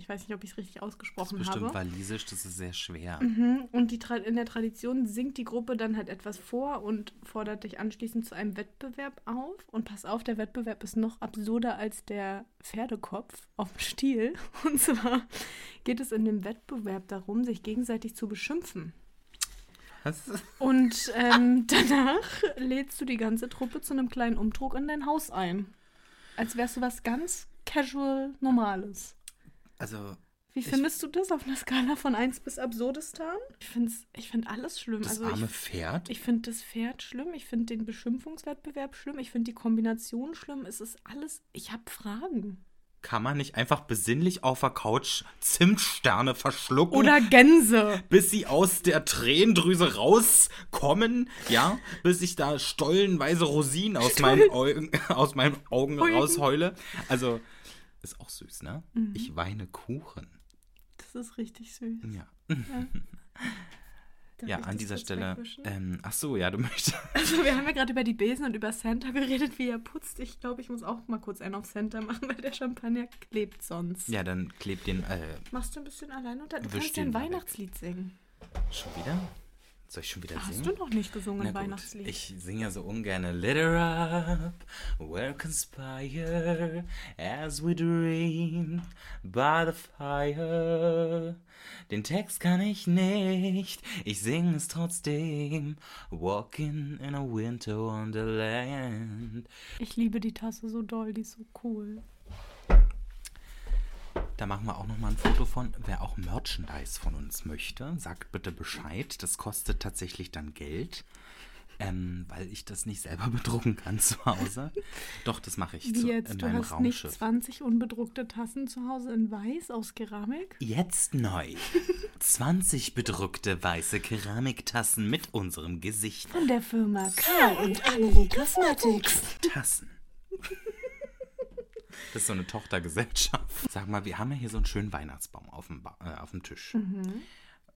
B: Ich weiß nicht, ob ich es richtig
A: Das ist
B: ausgesprochen
A: bestimmt
B: habe.
A: walisisch, das ist sehr schwer.
B: Mhm, Und die, Tra- in der Tradition singt die Gruppe dann halt etwas vor und fordert dich anschließend zu einem Wettbewerb auf. Und pass auf, der Wettbewerb ist noch absurder als der Pferdekopf auf dem Stiel. Und zwar geht es in dem Wettbewerb darum, sich gegenseitig zu beschimpfen.
A: Was?
B: Und ähm, danach lädst du die ganze Truppe zu einem kleinen Umtrug in dein Haus ein. Als wärst du was ganz casual Normales.
A: Also,
B: Wie
A: Ich-
B: findest du das auf einer Skala von 1 bis Absurdistan? Ich finde ich find alles schlimm.
A: das
B: also
A: arme
B: ich,
A: Pferd?
B: ich finde das Pferd schlimm, ich finde den Beschimpfungswettbewerb schlimm, ich finde die Kombination schlimm. Es ist alles. Ich habe Fragen.
A: Kann man nicht einfach besinnlich auf der Couch Zimtsterne verschlucken?
B: Oder Gänse.
A: bis sie aus der Tränendrüse rauskommen, ja, bis ich da stollenweise Rosinen aus meinen Augen, aus meinen Augen
B: Eugen.
A: rausheule. Also ist auch süß, ne?
B: Mhm.
A: Ich weine Kuchen.
B: Das ist richtig süß.
A: Ja,
B: Darf
A: ja
B: ich
A: an
B: das
A: dieser
B: kurz
A: Stelle.
B: wegwischen?
A: Ähm, ach so, ja, du möchtest.
B: Also, wir haben ja gerade über die Besen und über Santa geredet, wie er putzt. Ich glaube, ich muss auch mal kurz einen auf Santa machen, weil der Champagner klebt sonst.
A: Ja, dann klebt den äh,
B: Machst du ein bisschen alleine und dann du
A: Wisch
B: kannst ja
A: den
B: ein
A: mal weg.
B: Weihnachtslied singen.
A: schon wieder. Soll ich schon wieder
B: Hast
A: singen?
B: du noch nicht gesungen,
A: Na
B: ein
A: gut,
B: Weihnachtslied?
A: Ich singe ja so ungern. Let her up, we'll conspire as we dream by the fire. Den Text kann ich nicht, ich sing es trotzdem. Walking in a winter wonderland.
B: ich liebe die Tasse so doll, die ist so cool.
A: Da machen wir auch nochmal ein Foto von. Wer auch Merchandise von uns möchte, sagt bitte Bescheid. Das kostet tatsächlich dann Geld. Ähm, weil ich das nicht selber bedrucken kann zu Hause. Doch, das mache ich
B: Wie
A: zu, in
B: jetzt? Du
A: meinem
B: hast nicht
A: Raumschiff.
B: 20 unbedruckte Tassen zu Hause in Weiß aus Keramik?
A: Jetzt neu. 20 bedruckte weiße Keramiktassen mit unserem Gesicht.
B: Von der Firma Karl und Annelie Cosmetics.
A: Tassen. Das ist so eine Tochtergesellschaft. Sag mal, wir haben ja hier so einen schönen Weihnachtsbaum auf dem, ba äh, auf dem Tisch.
B: Mhm.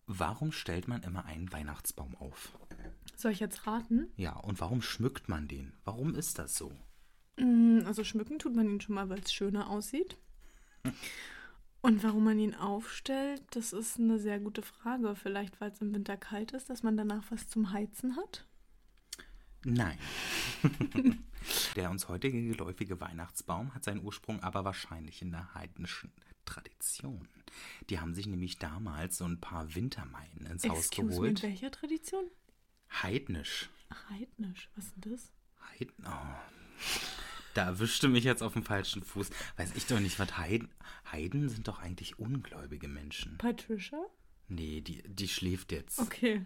A: Warum stellt man immer einen Weihnachtsbaum auf?
B: Soll ich jetzt raten?
A: Ja, und warum schmückt man den? Warum ist das so?
B: Hm, Also schmücken tut man ihn schon mal, weil es schöner aussieht. Und warum man ihn aufstellt, das ist eine sehr gute Frage. Vielleicht, weil es im Winter kalt ist, dass man danach was zum Heizen hat?
A: Nein. der uns heutige geläufige Weihnachtsbaum hat seinen Ursprung aber wahrscheinlich in der heidnischen Tradition. Die haben sich nämlich damals so ein paar Wintermeien ins Haus geholt.
B: me, welcher Tradition?
A: Heidnisch.
B: Ach, heidnisch. Was ist denn das?
A: Heid oh. Da erwischte mich jetzt auf dem falschen Fuß. Weiß ich doch nicht, was Heiden. Heiden sind doch eigentlich ungläubige Menschen.
B: Patricia?
A: Nee, die, die schläft jetzt.
B: Okay.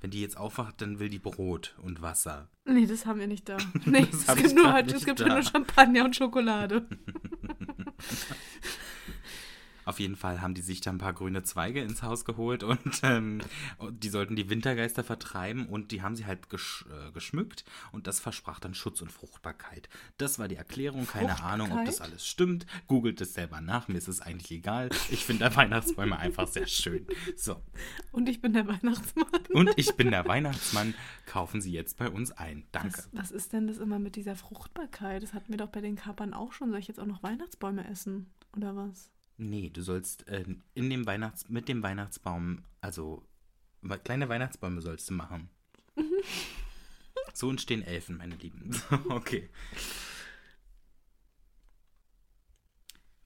A: Wenn die jetzt aufwacht, dann will die Brot und Wasser.
B: Nee, das haben wir nicht da. Nee, es
A: hab ich
B: gibt, nur,
A: grad
B: heute, es
A: nicht
B: gibt
A: da.
B: ja nur Champagner und Schokolade.
A: Auf jeden Fall haben die sich da ein paar grüne Zweige ins Haus geholt und, ähm, und die sollten die Wintergeister vertreiben und die haben sie halt gesch äh, geschmückt und das versprach dann Schutz und Fruchtbarkeit. Das war die Erklärung. Keine Ahnung, ob das
B: Fruchtbarkeit?
A: alles stimmt. Googelt es selber nach. Mir ist es eigentlich egal. Ich finde da Weihnachtsbäume einfach sehr schön. So.
B: Und ich bin der Weihnachtsmann.
A: Und ich bin der Weihnachtsmann. Kaufen Sie jetzt bei uns ein. Danke.
B: Was, was ist denn das immer mit dieser Fruchtbarkeit? Das hatten wir doch bei den Kapern auch schon. Soll ich jetzt auch noch Weihnachtsbäume essen? Oder was?
A: Nee, du sollst äh, in dem Weihnachts mit dem Weihnachtsbaum, also we- kleine Weihnachtsbäume sollst du machen. so entstehen Elfen, meine Lieben. okay.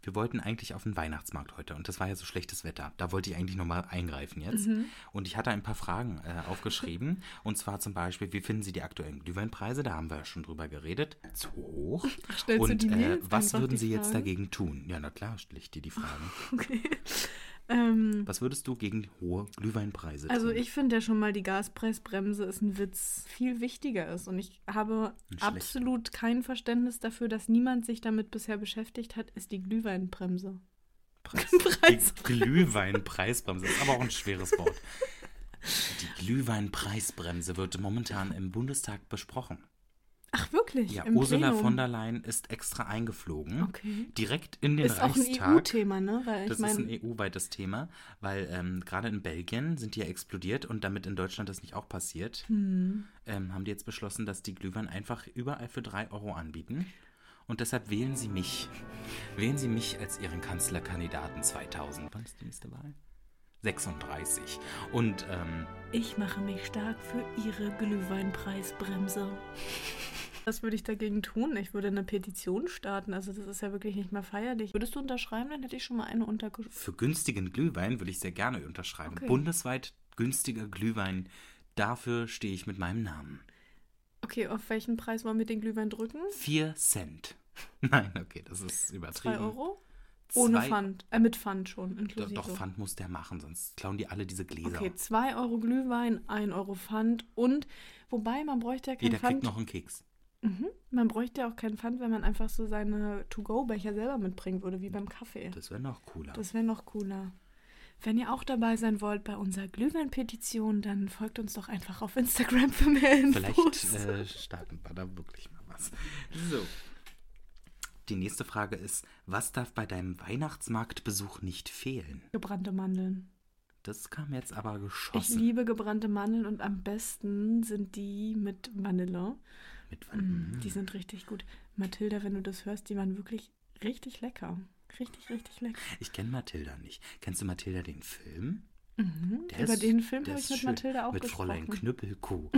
A: Wir wollten eigentlich auf den Weihnachtsmarkt heute und das war ja so schlechtes Wetter. Da wollte ich eigentlich nochmal eingreifen jetzt. Und ich hatte ein paar Fragen äh, aufgeschrieben. und zwar zum Beispiel, wie finden Sie die aktuellen Glühweinpreise? Da haben wir ja schon drüber geredet. Zu hoch.
B: Stellst du
A: und
B: die mir
A: äh,
B: jetzt
A: was
B: einfach
A: würden
B: die
A: Sie jetzt
B: Fragen?
A: dagegen tun? Ja, na klar, stelle ich dir die Fragen.
B: Okay. Ähm,
A: Was würdest du gegen hohe Glühweinpreise
B: also
A: tun?
B: ich finde ja schon mal, die Gaspreisbremse ist ein Witz, viel wichtiger ist. Und ich habe
A: schlechter.
B: absolut kein Verständnis dafür, dass niemand sich damit bisher beschäftigt hat, ist die Glühweinbremse.
A: Preis.
B: Preis-
A: Die Glühweinpreisbremse ist aber auch ein schweres Wort. Die Glühweinpreisbremse wird momentan im Bundestag besprochen.
B: Ach wirklich?
A: Ja,
B: Im
A: Ursula
B: Plenum?
A: von der Leyen ist extra eingeflogen,
B: Okay.
A: direkt in den
B: Ist auch ein
A: Reichstag.
B: EU-Thema, ne? Weil ich
A: Das ist
B: meine,
A: ein EU-weites Thema, weil ähm, gerade in Belgien sind die ja explodiert und damit in Deutschland das nicht auch passiert,
B: Hm.
A: ähm, haben die jetzt beschlossen, dass die Glühwein einfach überall für 3 Euro anbieten. Und deshalb wählen sie mich. Wählen sie mich als ihren Kanzlerkandidaten 2000. Wann ist die nächste Wahl? 36. Und ähm,
B: Ich mache mich stark für Ihre Glühweinpreisbremse. Was würde ich dagegen tun? Ich würde eine Petition starten. Also das ist ja wirklich nicht mehr feierlich. Würdest du unterschreiben? Dann hätte ich schon mal eine untergeschrieben.
A: für günstigen Glühwein würde ich sehr gerne unterschreiben.
B: Okay.
A: Bundesweit günstiger Glühwein. Dafür stehe ich mit meinem Namen.
B: Okay, auf welchen Preis wollen wir den Glühwein drücken?
A: 4 Cent. Nein, okay, das ist übertrieben.
B: 2 Euro? Ohne
A: Zwei-
B: Pfand. Äh, mit Pfand schon,
A: Do-
B: inklusive.
A: Doch, Pfand muss der machen, sonst klauen die alle diese Gläser.
B: Okay, 2 Euro Glühwein, 1 Euro Pfand und wobei man bräuchte ja keinen
A: Jeder kriegt
B: Pfand.
A: noch einen Keks.
B: Man bräuchte ja auch keinen Pfand, wenn man einfach so seine To-Go-Becher selber mitbringen würde, wie beim Kaffee.
A: Das wäre noch cooler.
B: Das wäre noch cooler. Wenn ihr auch dabei sein wollt bei unserer Glühwein-Petition, dann folgt uns doch einfach auf Instagram für mehr Infos.
A: Vielleicht äh, starten wir da wirklich mal was. So. Die nächste Frage ist, was darf bei deinem Weihnachtsmarktbesuch nicht fehlen?
B: gebrannte Mandeln.
A: Das kam jetzt aber
B: Ich
A: geschossen.
B: liebe gebrannte Mandeln und am besten sind die mit Vanille.
A: Mit Mhm.
B: Mm, Die sind richtig gut. Mathilda, wenn du das hörst, die waren wirklich richtig lecker. Richtig, richtig lecker.
A: ich kenne Mathilda nicht. Kennst du Mathilda den Film? Der
B: Mhm. Über den Film
A: der
B: habe
A: ist
B: ich mit
A: schön.
B: Mathilda auch
A: Mit Fräulein
B: gesprochen.
A: Knüppelkuh.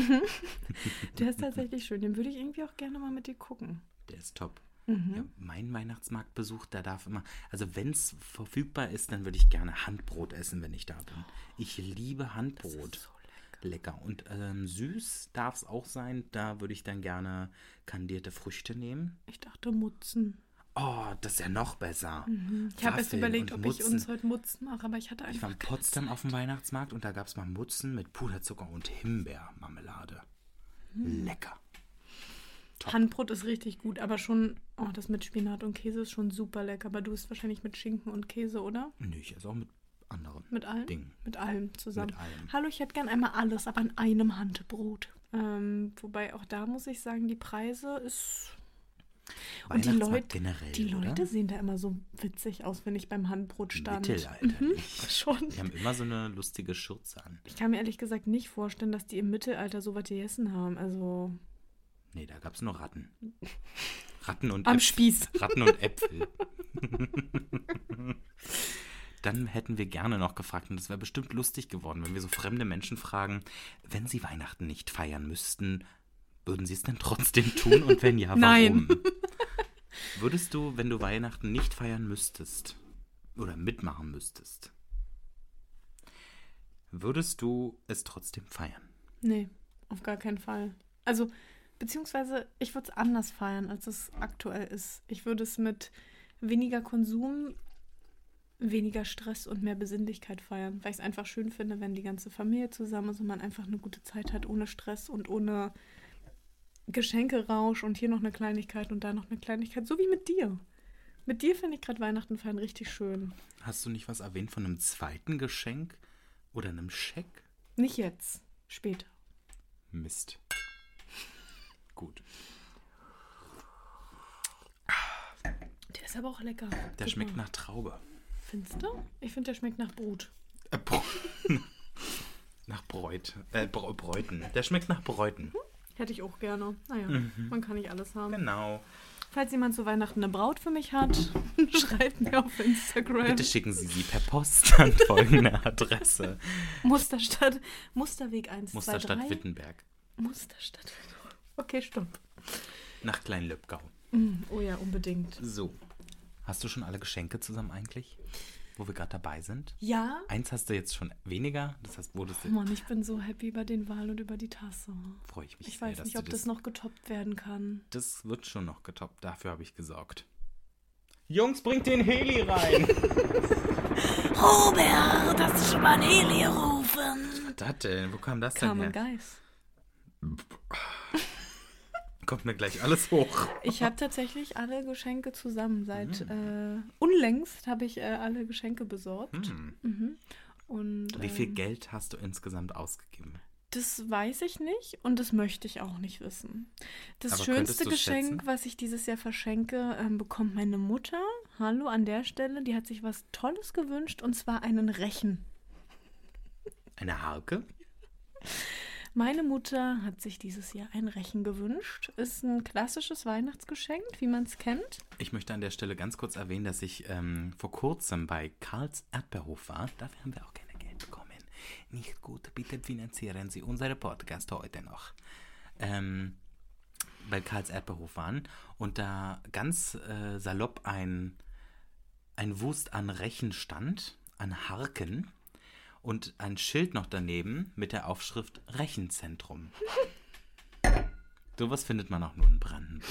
B: Der ist tatsächlich schön. Den würde ich irgendwie auch gerne mal mit dir gucken.
A: Der ist top.
B: Mhm.
A: Ja, mein Weihnachtsmarktbesuch, da darf immer, also wenn es verfügbar ist, dann würde ich gerne Handbrot essen, wenn ich da bin. Ich liebe Handbrot. lecker. Und ähm, süß darf es auch sein, da würde ich dann gerne kandierte Früchte nehmen.
B: Ich dachte Mutzen.
A: Oh, das ist ja noch besser.
B: Mhm. Ich habe erst
A: Waffeln
B: überlegt,
A: und
B: ob ich
A: Mutzen.
B: uns heute Mutzen mache, aber ich hatte
A: Ich war
B: einfach
A: in
B: keine
A: Potsdam auf dem Weihnachtsmarkt und da gab es mal Mutzen mit Puderzucker und Himbeermarmelade.
B: Mhm.
A: Lecker.
B: Handbrot ist richtig gut, aber schon, oh, das mit Spinat und Käse ist schon super lecker. Aber du isst wahrscheinlich mit Schinken und Käse, oder?
A: Nö, ich esse auch mit anderen.
B: Mit allem?
A: Ding.
B: Mit allem zusammen.
A: Mit allem.
B: Hallo, ich hätte gern einmal alles, aber an einem Handbrot. Ähm, wobei auch da muss ich sagen, die Preise ist. Und die
A: Weihnachtsmarkt
B: Leute,
A: generell,
B: die
A: oder?
B: Leute sehen da immer so witzig aus, wenn ich beim Handbrot stand.
A: Mittelalter.
B: Schon.
A: Die haben immer so eine lustige Schürze an.
B: Ich kann mir ehrlich gesagt nicht vorstellen, dass die im Mittelalter so was gegessen haben. Also
A: Nee, da gab es nur Ratten. Ratten und
B: am
A: Äpfel.
B: Spieß.
A: Ratten und Äpfel. Dann hätten wir gerne noch gefragt, und das wäre bestimmt lustig geworden, wenn wir so fremde Menschen fragen, wenn sie Weihnachten nicht feiern müssten, würden sie es denn trotzdem tun? Und wenn ja, warum?
B: Nein.
A: Würdest du, wenn du Weihnachten nicht feiern müsstest oder mitmachen müsstest, würdest du es trotzdem feiern?
B: Nee, auf gar keinen Fall. Also, beziehungsweise, ich würde es anders feiern, als es aktuell ist. Ich würde es mit weniger Konsum, weniger Stress und mehr Besinnlichkeit feiern, weil ich es einfach schön finde, wenn die ganze Familie zusammen ist und man einfach eine gute Zeit hat, ohne Stress und ohne Geschenkerausch und hier noch eine Kleinigkeit und da noch eine Kleinigkeit, so wie mit dir. Mit dir finde ich gerade Weihnachten feiern richtig schön.
A: Hast du nicht was erwähnt von einem zweiten Geschenk oder einem Scheck?
B: Nicht jetzt, später.
A: Mist. Gut.
B: Der ist aber auch lecker.
A: Der schmeckt nach Traube.
B: Findest du? Ich finde, der schmeckt nach Brot.
A: Äh, Br- nach Bräut. Äh, Br Bräuten. Der schmeckt nach Bräuten.
B: Hätte ich auch gerne. Naja, man kann nicht alles haben.
A: Genau.
B: Falls jemand zu Weihnachten eine Braut für mich hat, schreibt mir auf Instagram.
A: Bitte schicken Sie sie per Post an folgende Adresse.
B: Musterstadt, Musterweg 1,
A: Musterstadt
B: 2, 3.
A: Wittenberg.
B: Musterstadt. Okay, stopp.
A: Nach Kleinlöbgau.
B: Oh ja, unbedingt.
A: So. Hast du schon alle Geschenke zusammen eigentlich? Wo wir gerade dabei sind?
B: Ja,
A: Eins hast du jetzt schon weniger. Das heißt, wurdest du.
B: Mann, ich bin so happy über den Wal und über die Tasse.
A: Freue ich mich
B: Hm. Ich
A: sehr,
B: weiß
A: dass
B: nicht,
A: du
B: ob das noch getoppt werden kann.
A: Das wird schon noch getoppt. Dafür habe ich gesorgt. Jungs, bringt den Heli rein.
E: Robert, hast du schon mal ein Heli gerufen?
A: Was das denn? Wo kam das
B: Carmen
A: denn her?
B: Geis.
A: Kommt mir gleich alles hoch.
B: Ich habe tatsächlich alle Geschenke zusammen. Seit
A: Mhm.
B: äh, unlängst habe ich äh, alle Geschenke besorgt. Mhm. Und,
A: Hm. Wie viel
B: ähm,
A: Geld hast du insgesamt ausgegeben?
B: Das weiß ich nicht und das möchte ich auch nicht wissen. Das
A: Aber könntest
B: schönste
A: du's
B: Geschenk,
A: schätzen?
B: was ich dieses Jahr verschenke, ähm, bekommt meine Mutter. Hallo an der Stelle, die hat sich was Tolles gewünscht und zwar einen Rechen.
A: Eine Harke?
B: Meine Mutter hat sich dieses Jahr einen Rechen gewünscht. Ist ein klassisches Weihnachtsgeschenk, wie man es kennt.
A: Ich möchte an der Stelle ganz kurz erwähnen, dass ich ähm, vor kurzem bei Karls Erdbeerhof war. Dafür haben wir auch gerne Geld bekommen. Nicht gut, bitte finanzieren Sie unsere Podcast heute noch. Ähm, bei Karls Erdbeerhof waren und da ganz äh, salopp ein, ein Wust an Rechen stand, an Harken und ein Schild noch daneben mit der Aufschrift Rechenzentrum. Sowas findet man auch nur in Brandenburg.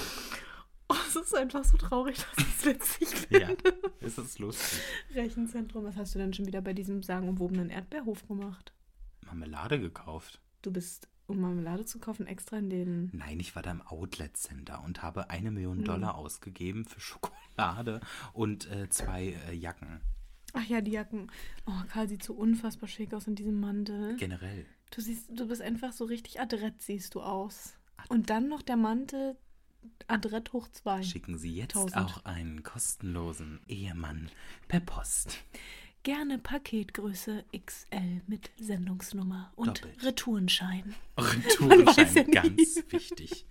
B: Oh, es ist einfach so traurig, dass ich es witzig finde.
A: Ja, es ist lustig.
B: Rechenzentrum, was hast du denn schon wieder bei diesem sagenumwobenen Erdbeerhof gemacht?
A: Marmelade gekauft?
B: Du bist, um Marmelade zu kaufen, extra in den...
A: Nein, ich war da im Outlet Center und habe eine
B: Hm.
A: Million Dollar ausgegeben für Schokolade und äh, zwei äh, Jacken.
B: Ach ja, die Jacken. Oh, Karl sieht so unfassbar schick aus in diesem Mantel.
A: Generell.
B: Du siehst, du bist einfach so richtig adrett siehst du aus. Und dann noch der Mantel adrett hoch zwei.
A: Schicken Sie jetzt
B: Tausend.
A: auch einen kostenlosen Ehemann per Post.
B: Gerne Paketgröße XL mit Sendungsnummer und
A: Doppelt.
B: Retourenschein. weiß ja
A: Retourenschein,
B: nie.
A: ganz wichtig.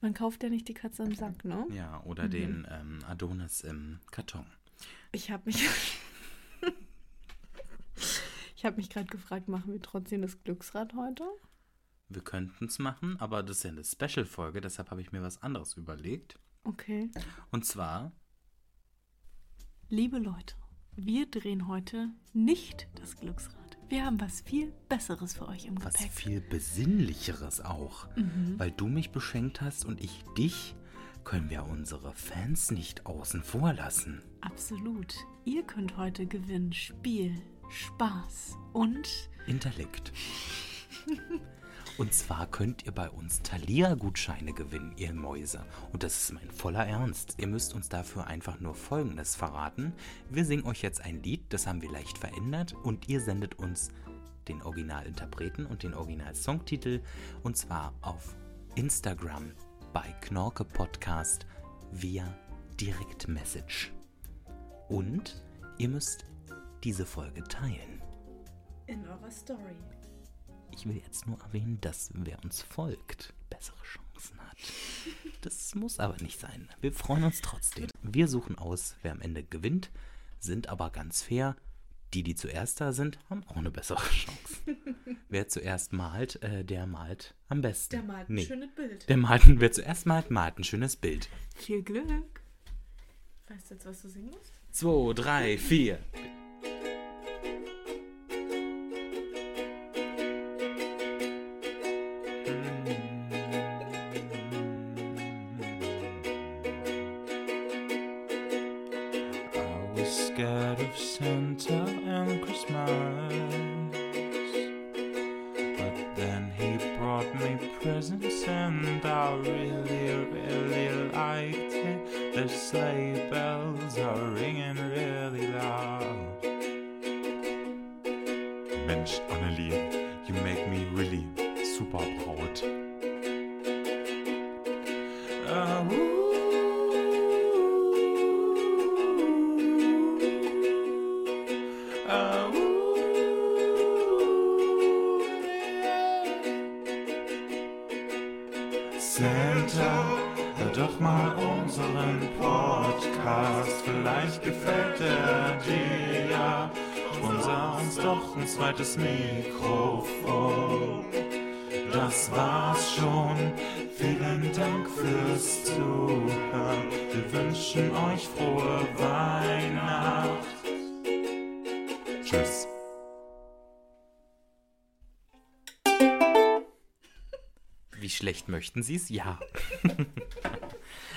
B: Man kauft ja nicht die Katze im Sack, ne?
A: Ja, oder den ähm, Adonis im Karton.
B: Ich habe mich. ich habe mich gerade gefragt, machen wir trotzdem das Glücksrad heute?
A: Wir könnten es machen, aber das ist ja eine Special-Folge, deshalb habe ich mir was anderes überlegt.
B: Okay.
A: Und zwar
B: Liebe Leute, wir drehen heute nicht das Glücksrad. Wir haben was viel Besseres für euch im
A: was
B: Gepäck. Mhm.
A: viel Besinnlicheres auch. Weil du mich beschenkt hast und ich dich, können wir unsere Fans nicht außen vor lassen.
B: Absolut. Ihr könnt heute gewinnen Spiel, Spaß und
A: Intellekt. und zwar könnt ihr bei uns Thalia-Gutscheine gewinnen, ihr Mäuse. Und das ist mein voller Ernst. Ihr müsst uns dafür einfach nur Folgendes verraten. Wir singen euch jetzt ein Lied, das haben wir leicht verändert. Und ihr sendet uns den Originalinterpreten und den Originalsongtitel. Und zwar auf Instagram bei Knorke Podcast via Direktmessage. Und ihr müsst diese Folge teilen.
B: in eurer Story.
A: Ich will jetzt nur erwähnen, dass wer uns folgt, bessere Chancen hat. Das muss aber nicht sein. Wir freuen uns trotzdem. Wir suchen aus, wer am Ende gewinnt, sind aber ganz fair. Die, die zuerst da sind, haben auch eine bessere Chance. wer zuerst malt, äh, der malt am besten. Der malt nee. ein schönes Bild. Der malt, wer zuerst malt, malt ein schönes Bild.
B: Viel Glück. Weißt du jetzt, was du singen musst?
A: Zwei, drei, vier.
F: I was scared of Santa and Christmas. But then he brought me presents and I really, really liked it. The sleigh bells are ringing really loud. Mensch, Annelie, you make me really super proud. Uh, ooh. Uh, ooh, yeah. Santa, hör doch mal unseren Podcast, vielleicht gefällt er dir ja. Sponsor uns doch ein zweites Mikrofon. Das war's schon. Vielen Dank fürs Zuhören. Wir wünschen euch frohe Weihnacht. Tschüss.
A: Wie schlecht möchten Sie es? Ja.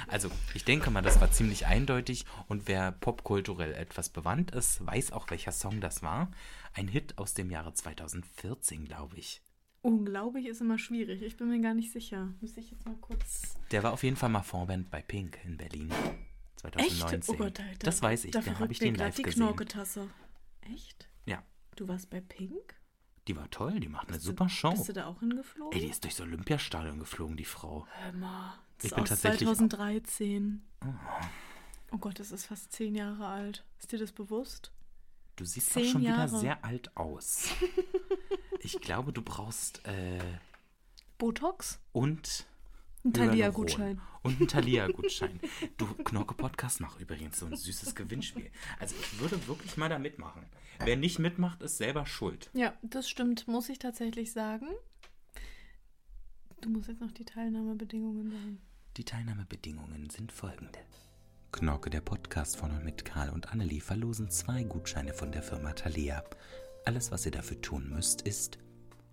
A: Also, ich denke mal, das war ziemlich eindeutig und wer popkulturell etwas bewandt ist, weiß auch, welcher Song das war. Ein Hit aus dem Jahre 2014, glaube ich.
B: Unglaublich ist immer schwierig. Ich bin mir gar nicht sicher. Muss ich jetzt mal kurz.
A: Der war auf jeden Fall mal Vorband bei Pink in Berlin. 2019.
B: Echt? Oh Gott, Alter.
A: Das weiß ich, da habe ich
B: verrückt mir
A: den
B: grad
A: live
B: die
A: gesehen.
B: Knorke-Tasse. Echt?
A: Ja,
B: Du warst bei Pink?
A: die war toll, die macht eine
B: Bist
A: super
B: du,
A: Show.
B: Bist du da auch hingeflogen?
A: Ey, die ist durchs Olympiastadion geflogen, die Frau.
B: Hör mal, das
A: Ich
B: ist
A: bin
B: aus
A: tatsächlich-
B: 2013. Oh Gott, das ist fast zehn Jahre alt. Ist dir das bewusst?
A: Du siehst doch
B: Zehn
A: schon wieder
B: Jahre.
A: sehr alt aus. Ich glaube, du brauchst äh,
B: Botox?
A: und
B: Ein
A: Hyaluron.
B: Thalia-Gutschein.
A: Und einen Thalia-Gutschein. Du, Knorke Podcast macht übrigens so ein süßes Gewinnspiel. Also ich würde wirklich mal da mitmachen. Wer nicht mitmacht, ist selber schuld.
B: Ja, das stimmt, muss ich tatsächlich sagen. Du musst jetzt noch die Teilnahmebedingungen sagen.
A: Die Teilnahmebedingungen sind folgende. Knorke, der Podcast von und mit Karl und Annelie, verlosen zwei Gutscheine von der Firma Thalia. Alles, was ihr dafür tun müsst, ist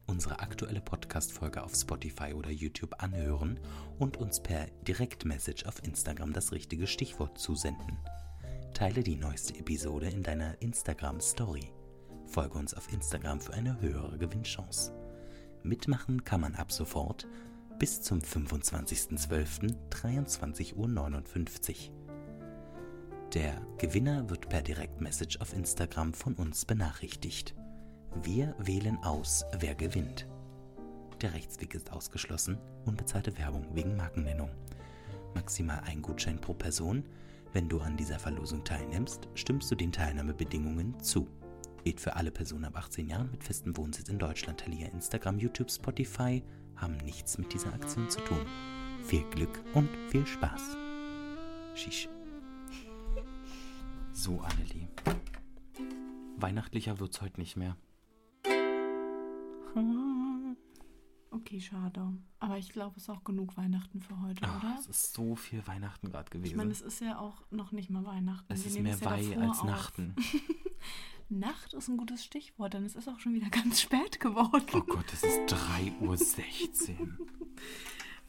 A: unsere aktuelle Podcast-Folge auf Spotify oder YouTube anhören und uns per Direktmessage auf Instagram das richtige Stichwort zusenden. Teile die neueste Episode in deiner Instagram-Story. Folge uns auf Instagram für eine höhere Gewinnchance. Mitmachen kann man ab sofort bis zum 25.12.23.59 Uhr. Der Gewinner wird per Direktmessage auf Instagram von uns benachrichtigt. Wir wählen aus, wer gewinnt. Der Rechtsweg ist ausgeschlossen, unbezahlte Werbung wegen Markennennung. Maximal ein Gutschein pro Person. Wenn du an dieser Verlosung teilnimmst, stimmst du den Teilnahmebedingungen zu. Geht für alle Personen ab 18 Jahren mit festem Wohnsitz in Deutschland, Thalia, Instagram, YouTube, Spotify, haben nichts mit dieser Aktion zu tun. Viel Glück und viel Spaß. Shish. So, Annelie. Weihnachtlicher wird's heute nicht mehr.
B: Okay, schade. Aber ich glaube, es ist auch genug Weihnachten für heute,
A: Ah,
B: oder?
A: es ist so viel Weihnachten gerade gewesen.
B: Ich meine, es ist ja auch noch nicht mal Weihnachten.
A: es
B: Wir
A: ist
B: nehmen
A: mehr
B: es ja
A: Weih
B: davor
A: als
B: auf.
A: Nachten.
B: Nacht ist ein gutes Stichwort, denn es ist auch schon wieder ganz spät geworden.
A: Oh Gott, es ist 3.16 Uhr.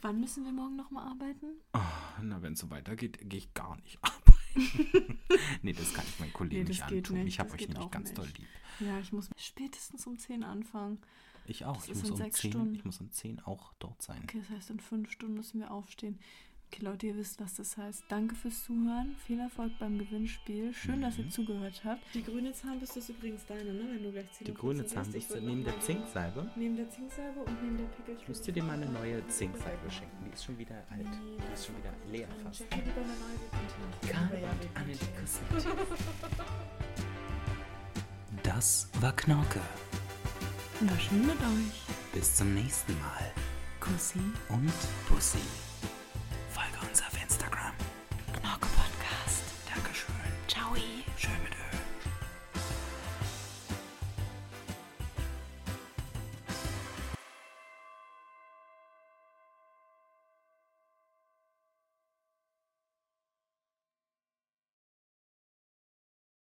B: Wann müssen wir morgen nochmal arbeiten?
A: Ah, Na, wenn es so weitergeht, gehe ich gar nicht arbeiten. nee, das kann ich meinen Kollegen
B: Nee, das
A: nicht
B: geht
A: antun.
B: nicht,
A: Ich habe
B: das
A: euch
B: geht
A: nämlich
B: auch
A: ganz doll
B: nicht.
A: lieb.
B: Ja, ich muss spätestens um 10 anfangen.
A: Ich auch.
B: Das
A: Ich
B: ist
A: muss,
B: in
A: um
B: sechs
A: 10,
B: Stunden.
A: ich muss um 10 auch dort sein.
B: Okay, das heißt, in fünf Stunden müssen wir aufstehen. Okay, Leute, ihr wisst, was das heißt. Danke fürs Zuhören. Viel Erfolg beim Gewinnspiel. Schön, dass
A: Mhm.
B: ihr zugehört habt. Die grüne Zahnbürste ist übrigens deine, ne? Wenn du gleich
A: Die grüne Zahnbürste neben der Zinksalbe.
B: Neben der Zinksalbe und neben der Pickel.
A: Ich müsste dir mal eine neue Zinksalbe schenken. Die ist schon wieder alt. Die ist schon wieder leer fast. Karl und Annelie küssen. Das war Knorke.
B: War schön mit euch.
A: Bis zum nächsten Mal.
B: Kussi.
A: Und Pussy. Folge uns auf Instagram.
E: Knorke Podcast.
A: Dankeschön.
E: Ciao.